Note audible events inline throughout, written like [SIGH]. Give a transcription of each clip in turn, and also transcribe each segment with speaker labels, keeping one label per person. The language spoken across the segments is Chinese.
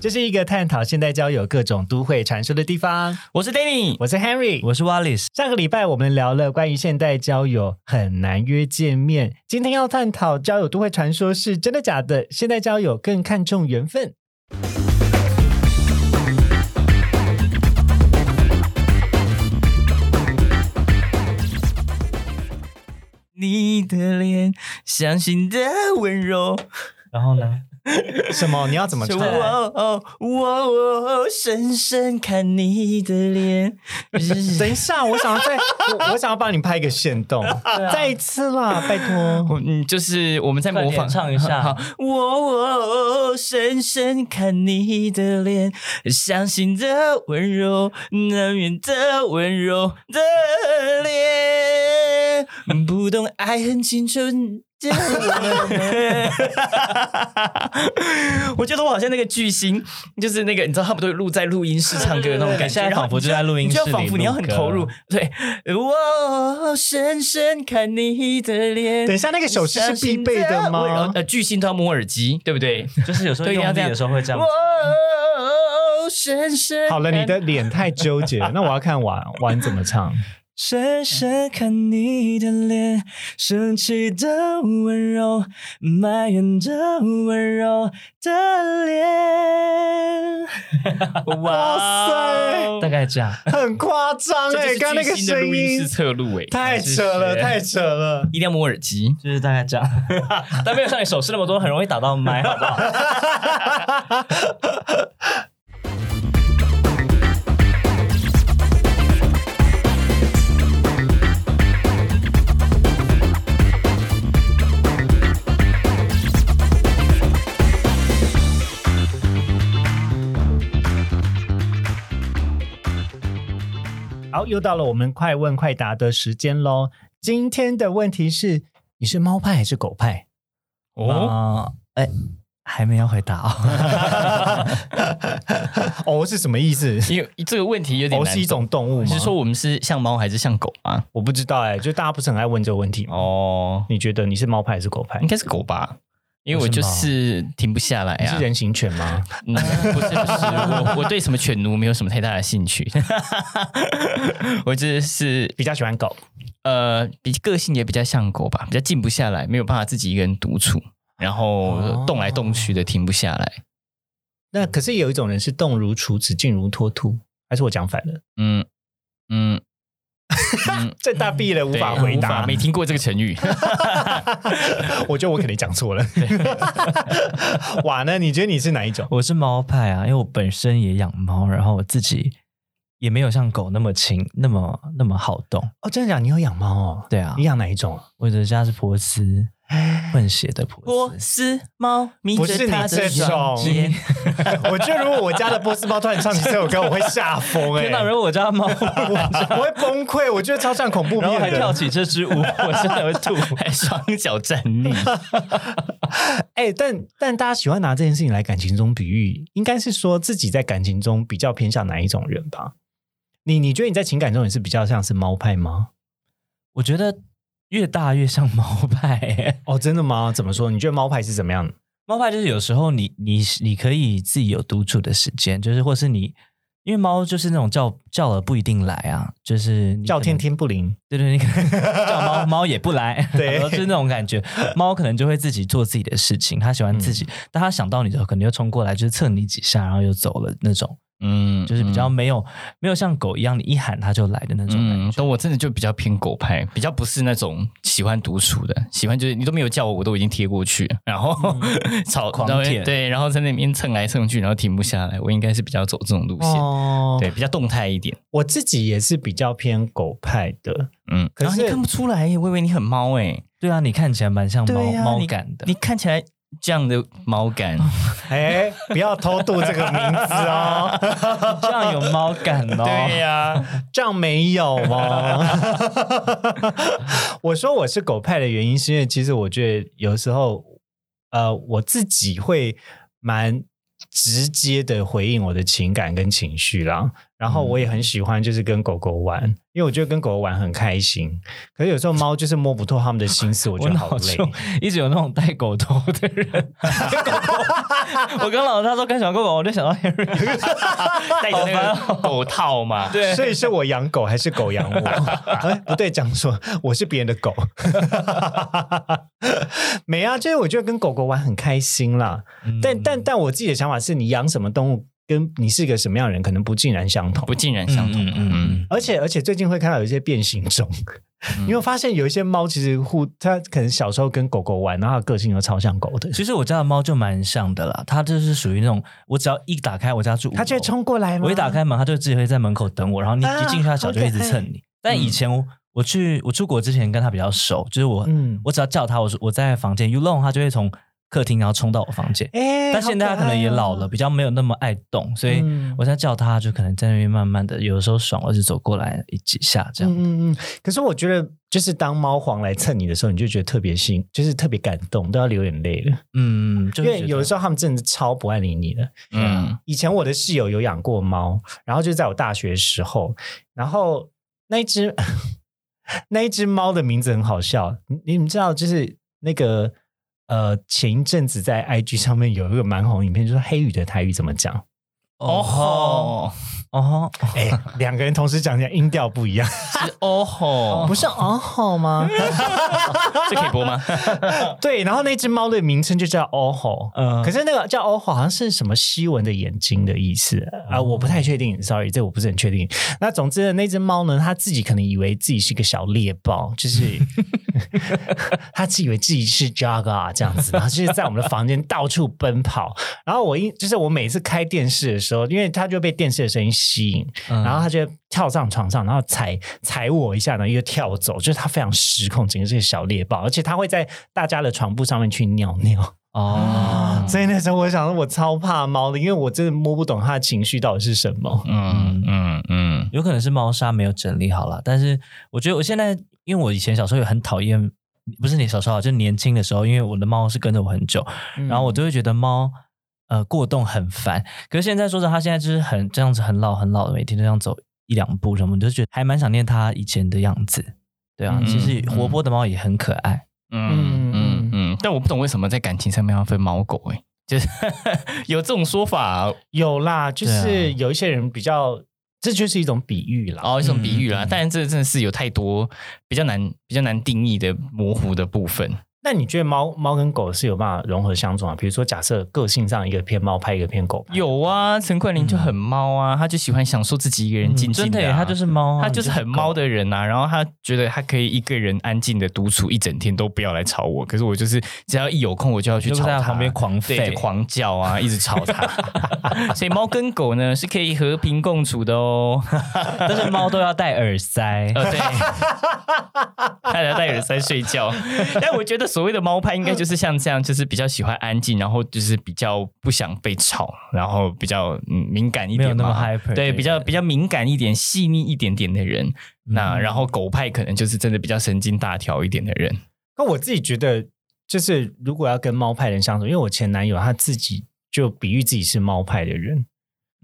Speaker 1: 这是一个探讨现代交友各种都会传说的地方。
Speaker 2: 我是 Danny，
Speaker 1: 我是 Henry，
Speaker 2: 我是 Wallace。
Speaker 1: 上个礼拜我们聊了关于现代交友很难约见面，今天要探讨交友都会传说是真的假的，现代交友更看重缘分。
Speaker 2: 你的脸像心的温柔，
Speaker 1: 然后呢？什么？你要怎么啊
Speaker 2: 是
Speaker 1: 唱
Speaker 2: 我？哦我哦深深看你的脸，
Speaker 1: 等一下，我想要再，我我想要帮你拍一个线 [LAUGHS] 动，再一次啦，拜托。
Speaker 2: 我嗯，就是我们在模仿
Speaker 3: 快点唱一
Speaker 2: [LAUGHS]
Speaker 3: 下
Speaker 2: 好，好我我哦深深看你的脸，相信的温柔，难免的温柔的脸，不懂爱恨青春的我们。 [LAUGHS] 我觉得我好像那个巨星，就是那个你知道，他们都会录在录音室唱歌的那种感觉，
Speaker 3: 现在仿佛就在录音室
Speaker 2: 你就仿佛你要
Speaker 3: 里
Speaker 2: 很
Speaker 3: 录歌
Speaker 2: 投入。对，我深深看你的脸，
Speaker 1: 等一下，那个手势是必备的吗？
Speaker 2: 呃，巨星都要摸耳机，对不对？
Speaker 3: [LAUGHS] 就是有时候
Speaker 2: 对
Speaker 3: 用
Speaker 2: 要
Speaker 3: 力
Speaker 2: 这样
Speaker 3: 的时候会这样。
Speaker 2: 我深深
Speaker 1: 好了，
Speaker 2: 看
Speaker 1: 你的脸太纠 [LAUGHS] 结了，那我要看婉婉怎么唱。
Speaker 2: 深深看你的脸，生气的温柔，埋怨的温柔的 [LAUGHS] 脸。
Speaker 1: 哇塞
Speaker 2: 大概这样。
Speaker 1: 很夸张
Speaker 2: 这就
Speaker 1: 哎，
Speaker 2: 是
Speaker 1: 刚刚那
Speaker 2: 巨
Speaker 1: 个
Speaker 2: 星的
Speaker 1: 声
Speaker 2: 录音
Speaker 1: 音
Speaker 2: 室侧录哎，
Speaker 1: 太扯了，
Speaker 2: 是
Speaker 1: 太扯了。
Speaker 2: 一定要摸耳机。
Speaker 3: 就是大概这样， [LAUGHS] 但没有像你手势那么多，很容易打到麦，好不好？
Speaker 1: 好，又到了我们快问快答的时间喽。今天的问题是：你是猫派还是狗派？
Speaker 2: 哦，
Speaker 1: 啊
Speaker 3: 哦，哎，还没有回答哦。
Speaker 1: [LAUGHS] 哦，是什么意思？
Speaker 2: 因为这个问题有点
Speaker 1: 哦，
Speaker 2: 难。
Speaker 1: 是一种动物
Speaker 2: 你
Speaker 1: 吗？
Speaker 2: 是说我们是像猫还是像狗啊？
Speaker 1: 我不知道哎、就大家不是很爱问这个问题吗？
Speaker 2: 哦，
Speaker 1: 你觉得你是猫派还是狗派
Speaker 2: 应？该是狗吧，因为我就是停不下来
Speaker 1: 你
Speaker 2: 啊
Speaker 1: 是。人形犬吗？
Speaker 2: 嗯不是不是，我我对什么犬奴没有什么太大的兴趣， [LAUGHS] 我就是
Speaker 1: 比较喜欢狗。
Speaker 2: 呃，比个性也比较像狗吧，比较静不下来，没有办法自己一个人独处，然后动来动去的停不下来。
Speaker 1: 那可是有一种人是动如处子，静如脱兔，还是我讲反了？
Speaker 2: 嗯嗯，
Speaker 1: 这大弊了，无
Speaker 2: 对
Speaker 1: 法回
Speaker 2: 无
Speaker 1: 答
Speaker 2: 法。没听过这个成 [LAUGHS] 语。
Speaker 1: [LAUGHS] 我觉得我肯定讲错了。 [LAUGHS] 哇，那你觉得你是哪一种？
Speaker 3: 我是猫派啊，因为我本身也养猫，然后我自己也没有像狗那么亲，那么那么好动。
Speaker 1: 哦，真的讲你有养猫哦？
Speaker 3: 对啊
Speaker 1: 你，养哪一种？
Speaker 3: 我的家是波斯混血的波斯，
Speaker 2: 斯猫眯
Speaker 1: 不是你这种， [LAUGHS] 我觉得如果我家的波斯猫突然唱起这首歌，我会吓疯哎、
Speaker 3: [LAUGHS] 天哪！如果我
Speaker 1: [LAUGHS]
Speaker 3: 家猫，
Speaker 1: 我会崩溃，我觉得超像恐怖
Speaker 3: 然后
Speaker 1: 片
Speaker 3: 还跳
Speaker 1: 的。
Speaker 3: 起这支舞，我真的会吐。
Speaker 2: 还双脚站
Speaker 3: [LAUGHS]
Speaker 2: 立，
Speaker 1: 哎、但但大家喜欢拿这件事情来感情中比喻，应该是说自己在感情中比较偏向哪一种人吧？你你觉得你在情感中也是比较像是猫派吗？
Speaker 3: 我觉得越大越像猫派耶。
Speaker 1: 哦，真的吗？怎么说？你觉得猫派是怎么样？
Speaker 3: 猫派就是有时候你你你可以自己有独处的时间，就是或是你因为猫就是那种叫叫了不一定来啊，就是你可能
Speaker 1: 叫天，天不灵，
Speaker 3: 对对，你可能叫猫猫也不来，
Speaker 1: 对
Speaker 3: [LAUGHS] 就是那种感觉。猫可能就会自己做自己的事情，它喜欢自己，但它想到你的时候，可能又冲过来，就是蹭你几下，然后又走了那种，
Speaker 2: 嗯，
Speaker 3: 就是比较
Speaker 2: 嗯。
Speaker 3: 没有、没有像狗一样，你一喊它就来的那种感
Speaker 2: 嗯，
Speaker 3: 觉。
Speaker 2: 但我真的就比较偏狗派，比较不是那种喜欢独处的，喜欢就是你都没有叫我，我都已经贴过去，然后、 [LAUGHS] 吵
Speaker 3: 嗯狂
Speaker 2: 然后
Speaker 3: 舔
Speaker 2: 对，然后在那边蹭来蹭去，然后停不下来。我应该是比较走这种路线，
Speaker 1: 哦
Speaker 2: 对，比较动态一点。
Speaker 1: 我自己也是比较偏狗派的，
Speaker 2: 嗯，
Speaker 1: 可
Speaker 2: 然后你
Speaker 1: 是
Speaker 2: 看不出来耶，我以为你很猫哎，
Speaker 3: 对啊，你看起来蛮像猫、哦
Speaker 2: 对啊
Speaker 3: 猫
Speaker 2: 你
Speaker 3: 感的
Speaker 2: 你。看起来这样的毛感，
Speaker 1: 哎，不要偷渡这个名字哦，
Speaker 3: 这样有猫感
Speaker 1: [LAUGHS]
Speaker 3: 哦。
Speaker 2: 对呀、
Speaker 1: 这样没有
Speaker 3: [LAUGHS]
Speaker 1: 哦。 [LAUGHS] 我说我是狗派的原因，是因为其实我觉得有时候，呃，我自己会蛮直接的回应我的情感跟情绪啦。然后我也很喜欢，就是跟狗狗玩，因为我觉得跟狗狗玩很开心。可是有时候猫就是摸不透它们的心思，我觉
Speaker 3: 我
Speaker 1: 得好
Speaker 3: 脑
Speaker 1: 累。
Speaker 3: 中一直有那种带狗头的人， [LAUGHS] 我跟老师他说跟小狗狗，我就想到 Harry， [LAUGHS]
Speaker 2: 戴着那个狗套嘛，对，
Speaker 1: 所以是我养狗还是狗养
Speaker 3: [LAUGHS]
Speaker 1: 我？哎，不对，讲错，我是别人的狗。 [LAUGHS] 没啊，就是我觉得跟狗狗玩很开心啦。但
Speaker 3: 嗯
Speaker 1: 但但我自己的想法是你养什么动物，跟你是个什么样的人，可能不尽然相同
Speaker 2: 不。尽然相同。
Speaker 3: 嗯嗯嗯
Speaker 1: 而且而且最近会看到有一些变形种，你会发现有一些猫其实互它可能小时候跟狗狗玩，然后它个性又超像狗 [LAUGHS] 的，
Speaker 3: 其实我家的猫就蛮像的啦，它就是属于那种，我只要一打开我家住五楼，
Speaker 1: 它就会冲过来吗？
Speaker 3: 我一打，开门，它就自己会在门口等我，然后你
Speaker 1: 啊哎嗯
Speaker 3: 一进去，它脚就一直
Speaker 1: 好可爱
Speaker 3: 蹭你。但以前我我去我出国之前跟它比较熟，就是我
Speaker 1: 嗯
Speaker 3: 我只要叫它，我说我在房间 you alone，它就会从客厅然后冲到我房间。
Speaker 1: 哎、
Speaker 3: 但现在它可能也老了，
Speaker 1: 好
Speaker 3: 比较没有那么爱动，所以
Speaker 1: 嗯
Speaker 3: 我现在叫它就可能在那边慢慢的，有的时候爽我就走过来一几下这
Speaker 1: 可爱哦，
Speaker 3: 样。
Speaker 1: 嗯嗯嗯。可是我觉得，就是当猫皇来蹭你的时候，你就觉得特别心，就是特别感动，都要流眼泪了。
Speaker 3: 嗯，就
Speaker 1: 因为有的
Speaker 3: 候
Speaker 1: 时候他们真的超不爱理你的。
Speaker 2: 嗯，
Speaker 1: 以前我的室友有养过猫，然后就在我大学的时候，然后那一只 [LAUGHS] 那一只猫的名字很好笑，你你们知道，就是那个呃，前一阵子在 IG 上面有一个蛮红影片，就说黑语的台语怎么
Speaker 3: [LAUGHS]
Speaker 1: 讲？
Speaker 2: 哦吼，
Speaker 3: 哦吼，
Speaker 1: 哎，两个人同时讲讲音调不一样，
Speaker 2: 是哦吼，
Speaker 1: 不是哦吼吗？
Speaker 2: 这可以
Speaker 3: [LAUGHS]
Speaker 2: 播吗？
Speaker 1: 对，然后那只猫的名称就叫哦吼，
Speaker 3: 嗯
Speaker 1: 可是那个叫欧好像是什么西文的眼睛的意思啊、我不太确定，sorry，这我不是很确定。那总之呢，那只猫呢，它自己可能以为自己是个小猎豹，就是它自以为自己是 Jaga 这样子，然后就是在我们的房间到处奔跑。然后我一就是我每次开电视的时候，因为它就被电视的声音吸引，
Speaker 3: 嗯
Speaker 1: 然后它就跳上床上，然后踩踩我一下，然后又跳走，就是它非常失控，简直是个小猎豹，而且它会在大家的床铺上面去尿尿。
Speaker 3: 哦，
Speaker 1: [LAUGHS] 所以那时候我想说，我超怕猫的，因为我真的摸不懂它的情绪到底是什么。
Speaker 2: 嗯嗯嗯，
Speaker 3: 有可能是猫砂没有整理好了，但是我觉得我现在，因为我以前小时候也很讨厌，不是你小时候啊，就年轻的时候，因为我的猫是跟着我很久，
Speaker 2: 嗯
Speaker 3: 然后我就会觉得猫呃过动很烦。可是现在说着它现在就是很这样子，很老很老的，每天都这样走一两步什么，你就觉得还蛮想念它以前的样子。对啊，
Speaker 1: 嗯
Speaker 3: 其实活泼的猫也很可爱。
Speaker 2: 嗯
Speaker 1: 嗯
Speaker 2: 嗯嗯，但我不懂为什么在感情上面要分猫狗哎、欸， [LAUGHS] 就是有这种说法
Speaker 1: 有啦，就是
Speaker 3: 对啊
Speaker 1: 有一些人比较，这就是一种比喻啦。
Speaker 2: 哦，一种比喻啦。
Speaker 3: 嗯嗯
Speaker 2: 但这真的是有太多比较难、比较难定义的模糊的部分。
Speaker 3: 嗯
Speaker 1: 那你觉得猫猫跟狗是有办法融合相处啊？比如说，假设个性上一个偏猫派，一个偏狗派，
Speaker 2: 有啊，陈冠霖就很猫啊，他就喜欢享受自己一个人静静
Speaker 3: 嗯真的耶，
Speaker 2: 啊
Speaker 3: 它就是猫啊、
Speaker 2: 他就是很猫
Speaker 3: 的。
Speaker 2: 的人啊，然后他觉得他可以一个人安静的独处一整天，都不要来吵我。可是我就是只要一有空，我就要去
Speaker 3: 就
Speaker 2: 吵
Speaker 3: 在
Speaker 2: 他，
Speaker 3: 他旁边狂
Speaker 2: 对，
Speaker 3: 吠
Speaker 2: 就狂 [LAUGHS] 叫啊，一直吵他。 [LAUGHS] 所以猫跟狗呢是可以和平共处的哦。
Speaker 3: [LAUGHS] 但是猫都要戴耳塞，
Speaker 2: 呃，对， [LAUGHS] 大家戴耳塞睡
Speaker 3: [LAUGHS]
Speaker 2: 觉。但我觉得所谓的猫派，应该就是像这样，就是比较喜欢安静，然后就是比较不想被吵，然后比较嗯敏感一点嘛，
Speaker 3: 没有那么
Speaker 2: 对，
Speaker 3: hyper 对嗯
Speaker 2: 比较比较敏感一点、细腻一点点的人。那然后狗派可能就是真的比较神经大条一点的人。
Speaker 1: 那我自己觉得，就是如果要跟猫派人相处，因为我前男友他自己就比喻自己是猫派的人，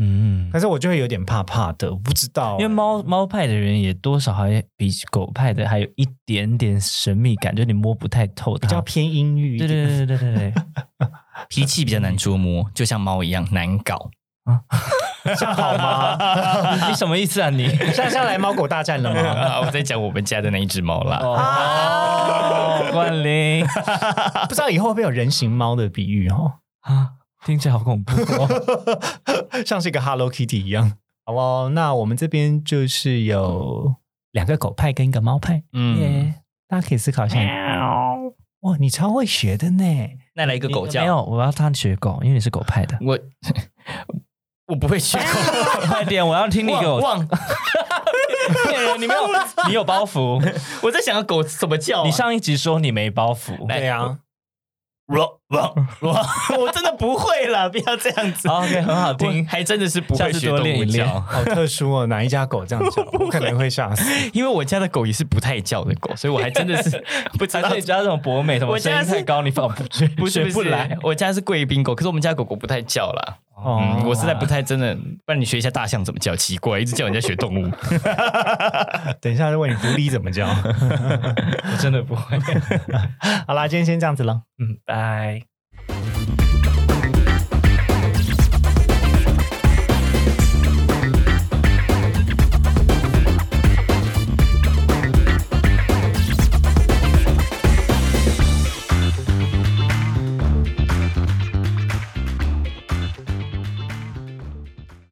Speaker 3: 嗯，
Speaker 1: 可是我就会有点怕怕的，我不知道、
Speaker 3: 因为猫猫派的人也多少还比狗派的还有一点点神秘感，就你摸不太透它。
Speaker 1: 比较偏阴郁一
Speaker 3: 对
Speaker 1: 点。
Speaker 3: 啊对对对对对对，
Speaker 2: 脾气比较难捉摸，就像猫一样难
Speaker 3: [LAUGHS]
Speaker 2: 搞。 [LAUGHS]
Speaker 1: 这样好吗？
Speaker 3: 你什么意思啊 [LAUGHS] 你？
Speaker 1: 像像来猫狗大战了吗？ [LAUGHS]
Speaker 2: 啊我在讲我们家的那一只猫啦，
Speaker 3: 哦，冠霖
Speaker 1: 不知道以后会不会有人形猫的比喻哦， [LAUGHS]
Speaker 3: 啊，听起来好恐怖 [LAUGHS] 哦。
Speaker 1: 像是一个 Hello Kitty 一样。好喽，那我们这边就是有两个狗派跟一个猫派，
Speaker 2: 嗯，
Speaker 3: 耶
Speaker 1: 大家可以思考一下。哇，你超会学的呢！
Speaker 2: 那来一个狗
Speaker 3: 没
Speaker 2: 叫，。
Speaker 3: 有，我要他学狗，因为你是狗派的
Speaker 2: [LAUGHS] 我我不会学狗。
Speaker 3: [LAUGHS]
Speaker 2: [LAUGHS]
Speaker 3: 快点，我要听你给我。
Speaker 2: 忘，骗人！你没有，
Speaker 3: [LAUGHS] 你有哦包袱，
Speaker 2: 我在想狗怎么叫啊、
Speaker 3: 你上一集说你没包袱，
Speaker 1: 对啊，
Speaker 2: ，ro ro ro，我真的不会了，不要这样子。
Speaker 3: OK，很好听
Speaker 2: 我还真的是不
Speaker 3: 下
Speaker 2: 会
Speaker 3: 次
Speaker 2: 学
Speaker 3: 多练
Speaker 2: 动
Speaker 3: 一
Speaker 2: 物
Speaker 3: 练 [LAUGHS]
Speaker 2: 叫，
Speaker 1: 好特殊哦，哪一家狗这样叫，我可能会吓死。
Speaker 2: [LAUGHS] 因为我家的狗也是不太叫的狗，所以我还真的是 [LAUGHS] 不知
Speaker 3: 还
Speaker 2: 道
Speaker 3: 是你家这种博美什么
Speaker 2: 我
Speaker 3: 声
Speaker 2: 家
Speaker 3: 音太
Speaker 2: 是
Speaker 3: 高，你放不去，
Speaker 2: 不
Speaker 3: 学
Speaker 2: 是
Speaker 3: 不
Speaker 2: 是
Speaker 3: 来。
Speaker 2: 我家是贵宾狗，可是我们家狗狗不太叫啦。
Speaker 1: 哦
Speaker 2: 嗯，我实在不太真的，不然你学一下大象怎么叫，奇怪，一直叫人家学动 [LAUGHS] 物。
Speaker 1: [LAUGHS] 等一下再问你狐狸怎么 [LAUGHS] 叫。
Speaker 3: 我真的不会。 [LAUGHS]
Speaker 1: 好啦，今天先这样子了。
Speaker 3: 嗯，拜。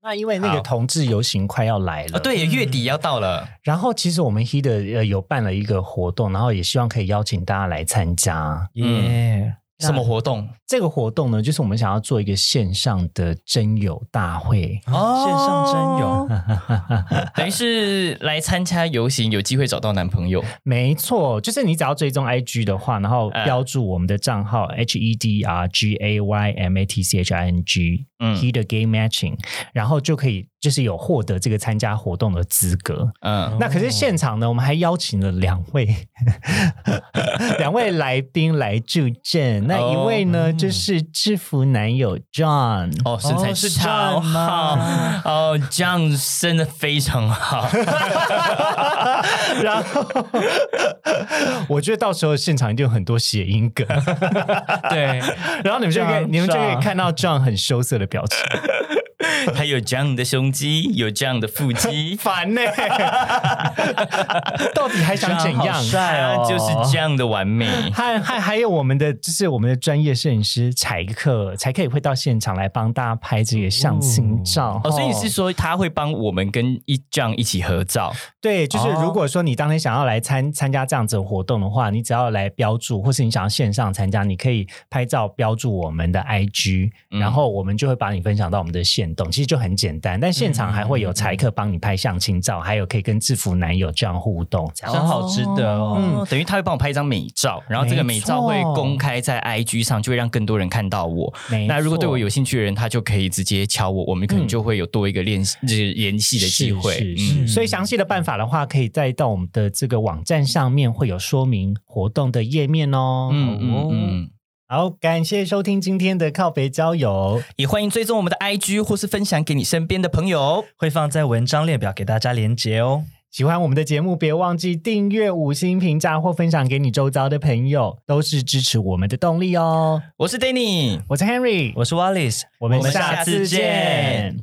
Speaker 1: 那因为那
Speaker 2: 好
Speaker 1: 个同志游行快要来了，
Speaker 2: 啊，对，月底要到了，
Speaker 1: 然后其实我们 He 的呃有办了一个活动，然后也希望可以邀请大家来参
Speaker 3: 嗯
Speaker 1: 加。
Speaker 3: 耶，
Speaker 2: 什么活动？
Speaker 1: 这个活动呢，就是我们想要做一个线上的真友大会。
Speaker 3: 嗯线上真友， [LAUGHS]
Speaker 2: [LAUGHS] 等于是来参加游行，有机会找到男朋友。
Speaker 1: 没错，就是你只要追踪 IG 的话，然后
Speaker 2: 呃
Speaker 1: 标注我们的账号 H E D R G A Y M A T C H I N G
Speaker 2: 嗯
Speaker 1: He 的 Gay Matching，然后就可以就是有获得这个参加活动的资格。
Speaker 3: 哦
Speaker 2: 嗯，
Speaker 1: 那可是现场呢，我们还邀请了两位 [LAUGHS] 两位来宾来助阵。那一位呢，
Speaker 3: 哦嗯
Speaker 1: 就是制服男友 John。
Speaker 2: 哦，身材
Speaker 3: 哦是
Speaker 2: 超好
Speaker 3: John 吗，
Speaker 2: [LAUGHS] 哦，这样真的非常好。 [LAUGHS]
Speaker 1: 然后我觉得到时候现场一定有很多谐音
Speaker 3: [LAUGHS]
Speaker 1: 梗，
Speaker 3: 对，
Speaker 1: 然后你们就可以
Speaker 3: John，
Speaker 1: 你们就可以
Speaker 3: John
Speaker 1: 看到 John 很羞涩的表
Speaker 3: [LAUGHS]
Speaker 1: 情，，
Speaker 2: 他有这样的胸肌，有这样的腹肌 [LAUGHS]
Speaker 1: 烦呢、到底还想怎
Speaker 3: John
Speaker 1: 样
Speaker 3: 好？帅
Speaker 2: 他
Speaker 3: 哦，
Speaker 2: 就是这样的完美。
Speaker 1: 还还还有我们的就是我们的专业摄影师柴克柴克也会到现场来帮大家拍这个相亲照
Speaker 2: 哦，所以你是说他会帮我们跟一这样一起合照？
Speaker 1: 对，就是
Speaker 3: 哦
Speaker 1: 如果说你当天想要来参参加这样子的活动的话，你只要来标注，或是你想要线上参加，你可以拍照标注我们的 IG，、
Speaker 2: 嗯
Speaker 1: 然后我们就会把你分享到我们的线动，其实就很简单。但现场还会
Speaker 2: 嗯
Speaker 1: 有柴客帮你拍相亲照，还有可以跟制服男友这样互动，这样。
Speaker 3: 真好值得哦
Speaker 2: 嗯，等于他会帮我拍一张美照，然后这个美照会
Speaker 1: 没错
Speaker 2: 公开在 IG 上，就会让更多人看到我。
Speaker 1: 没
Speaker 2: 那如果对我
Speaker 1: 错嗯
Speaker 2: 有兴趣的人，他就可以直接敲我，我们可能就会有多一个练习、就是联系的机会。
Speaker 1: 是
Speaker 2: 嗯
Speaker 1: 是
Speaker 3: 嗯
Speaker 1: 所以详细的办法的话，可以再到我们的这个网站上面会有说明活动的页面哦。
Speaker 2: 嗯嗯嗯，
Speaker 1: 好，感谢收听今天的靠北交友，
Speaker 2: 也欢迎追踪我们的 IG 或是分享给你身边的朋友。
Speaker 3: 会放在文章列表给大家连接哦。
Speaker 1: 喜欢我们的节目，别忘记订阅、五星评价或分享给你周遭的朋友，都是支持我们的动力哦。
Speaker 2: 我是 Danny，
Speaker 1: 我是 Henry，
Speaker 3: 我是 Wallace，
Speaker 1: 我们
Speaker 2: 我们下次见。